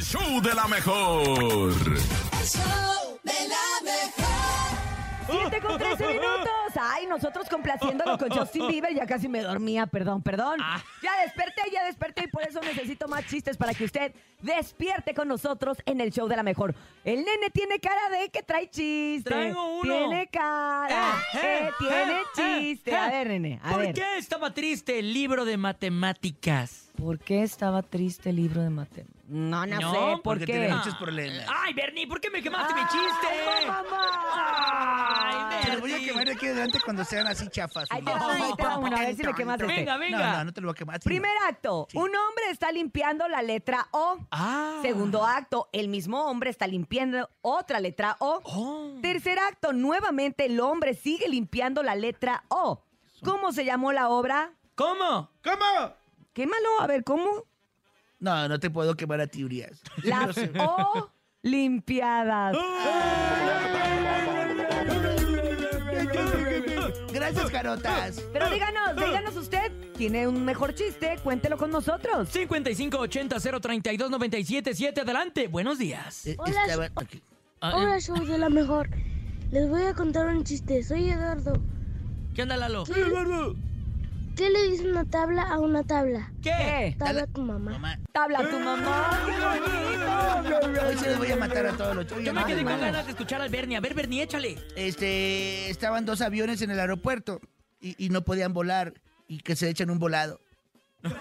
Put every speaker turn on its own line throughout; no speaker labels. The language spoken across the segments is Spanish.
show de la mejor.
El show de la mejor.
Siete con 13 minutos. Ay, nosotros complaciéndonos con Justin Bieber. Ya casi me dormía, perdón, perdón.
Ah.
Ya desperté, ya desperté y por eso necesito más chistes para que usted despierte con nosotros en el show de la mejor. El nene tiene cara de que trae chiste.
Traigo uno.
Tiene cara
Eh,
que
eh,
tiene
eh,
chiste.
eh,
A
eh.
ver, nene, a
¿Por
ver.
qué estaba triste el libro de matemáticas?
¿Por qué estaba triste el libro de matemáticas? No, no, sé. ¿Por qué? Ah.
tiene muchos problemas.
Ay, Bernie, ¿por qué me quemaste mi
¡Ay,
chiste?
mamá!
Ay,
Te lo voy a
Bernie.
quemar aquí delante cuando sean así chafas.
Ahí te
No,
va una, ahí te va una. A ver si me quemas este.
Venga,
No,
venga.
no, no te lo voy a quemar. así
Primer acto, un hombre está limpiando la letra O.
Ah.
Segundo acto, el mismo hombre está limpiando otra letra O.
Oh.
Tercer acto, nuevamente el hombre sigue limpiando la letra O. ¿Cómo se llamó la obra?
¿Cómo?
no. ¿Cómo?
Quémalo, a ver, ¿cómo?
No, no te puedo quemar a ti, Urias.
Las O limpiadas.
Gracias, carotas.
Pero díganos, díganos usted, ¿tiene un mejor chiste? Cuéntelo con nosotros.
5580-032-977, adelante. Buenos días.
Eh,
Hola,
estaba- ok.
Ah, eh,
Hola, show de la mejor. Les voy a contar un chiste. Soy Eduardo.
¿Qué onda, Lalo?
¿Qué, qué le dice una tabla a una tabla?
¿Qué?
¿Qué?
Tabla a tu mamá.
Mamá,
Tabla tu mamá. ¡Qué bonito!
hoy se los voy a matar a todos los tuyos.
Yo me
no
quedé
te
con
mames.
ganas de escuchar al Bernie. A ver, Bernie, échale.
Este, estaban dos aviones en el aeropuerto y, y no podían volar y que se echan un volado.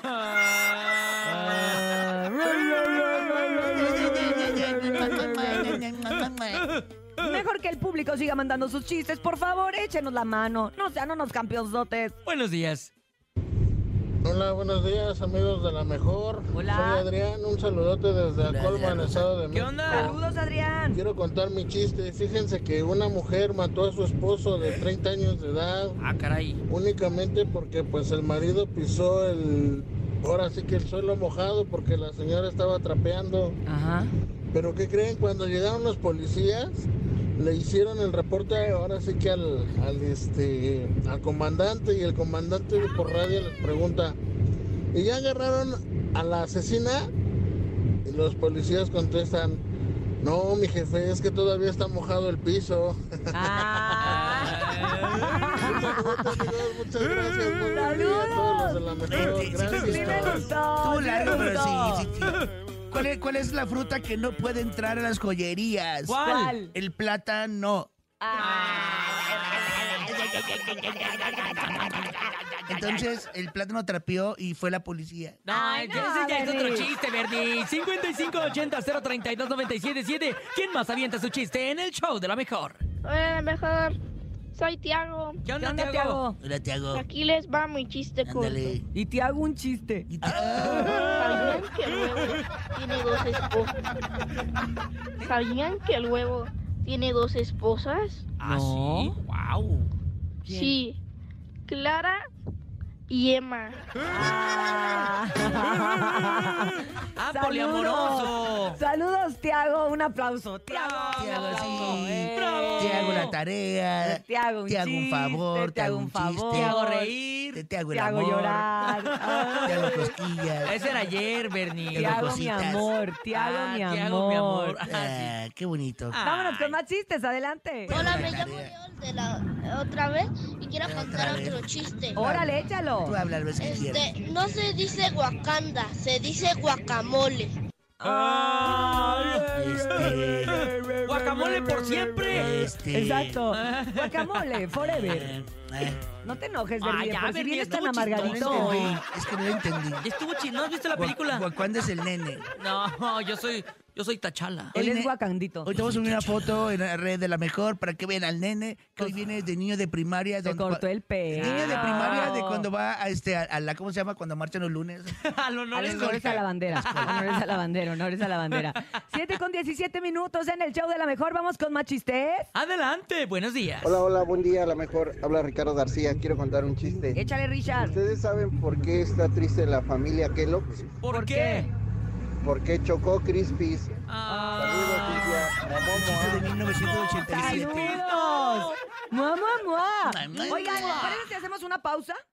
Ah. Mejor que el público siga mandando sus chistes, por favor, échenos la mano. No sean unos campeonzotes.
Buenos días.
Hola, buenos días amigos de la mejor.
Hola.
Soy Adrián, un saludote desde Acolman, Estado de
¿Qué
México.
onda?
Saludos, Adrián.
Quiero contar mi chiste. Fíjense que una mujer mató a su esposo de 30 años de edad
Ah, caray.
únicamente porque pues el marido pisó el ahora sí que el suelo mojado porque la señora estaba trapeando.
Ajá.
Pero ¿qué creen? Cuando llegaron los policías, le hicieron el reporte ahora sí que al, al, este, al comandante y el comandante por radio les pregunta, ¿y ya agarraron a la asesina? Y los policías contestan, no, mi jefe, es que todavía está mojado el piso.
Ah,
Muchas gracias, muy buen día a todos los de la mejor.
Sí, sí, sí,
Gracias.
Sí me gustó.
Estuvo
sí
largo,
me
pero sí,
gustó.
sí, sí. ¿Cuál es, cuál es la fruta que no puede entrar a las joyerías?
¿Cuál?
El plátano. Entonces, el plátano trapeó y fue la policía.
No,
Ay, no,
ese ya es otro
Bernie.
chiste, Bernie. 5580-032-977. ¿Quién más avienta su chiste en el show de la mejor?
Hola, la mejor. Soy Tiago.
¿Qué
¿Qué
onda,
onda,
Tiago?
Tiago?
Hola, Tiago.
Aquí les va mi chiste corto.
Oh. Ándale.
Y te hago un chiste.
Y Tiago.
Ah.
¿Sabían que el huevo tiene dos esposas? ¿Sabían que el huevo tiene dos esposas?
Ah,
No.
sí. Wow.
¿Quién?
Sí. Clara y Emma.
Ah,
Saludos.
poliamoroso.
Saludos, Tiago. Un aplauso. Tiago.
Tiago, sí.
Eh.
Bravo.
Te hago la tarea.
Te hago un
Te hago un
chiste,
favor.
te
Te hago
hago
un
un favor.
chiste.
Te hago
Te,
reír.
te hago el
Te hago
amor.
llorar.
Te
Ay,
hago cosquillas.
Ese era ayer, Bernie.
Te
hago
hago mi
cositas.
amor. Te hago
Ah,
mi
te
amor.
hago mi amor. Ah, sí.
Ah, qué bonito.
Ah.
Vámonos con más chistes. Adelante.
Hola,
Hola,
me
me
llamo
llamo León de la otra vez y quiero
Otra
contar
vez.
otro chiste.
Órale, échalo.
Tú habla lo que
Este,
quieras.
no se dice guacanda, se dice guacamole.
Ah,
Este.
guacamole por siempre.
Este.
Exacto. Guacamole, forever.
Ah,
No te enojes,
Ah,
Bernie.
ya,
por si
Bernie,
vienes tan
estuvo
no
amargadito
chistoso.
hoy.
entendí. Es que no lo entendí.
Estuvo chido. ¿No has visto la película?
¿Cuándo es el nene?
No, yo soy, yo soy Tachala.
Él es
Oye,
guacandito.
Hoy te vamos a subir una foto en la red de la mejor para que vean al nene que hoy viene de niño de primaria.
Se
donde-
cortó el pelo.
Niño de primaria de cuando va a, este, a, a la, ¿cómo se llama? Cuando marchan los lunes.
Al honor
Honores,
es
honores a la bandera. Honores a la bandera, honores a la bandera. 7 con 17 minutos en el show de la mejor. Vamos con más chistes.
Adelante, buenos días.
Hola, hola, buen día, a la mejor. Habla Ricardo García, quiero contar un chiste.
Échale, Richard.
¿Ustedes saben por qué está triste la familia Kellogg?
¿Por,
¿por
qué?
qué?
¿Por qué chocó Crispies? Saludos,
Ah,
Cintia. La
Chiste de
momo.
1987.
¡Saludos! ¡Mua, mua, mua!
Mua, mua,
Oigan,
mua.
¿les parece si hacemos una pausa?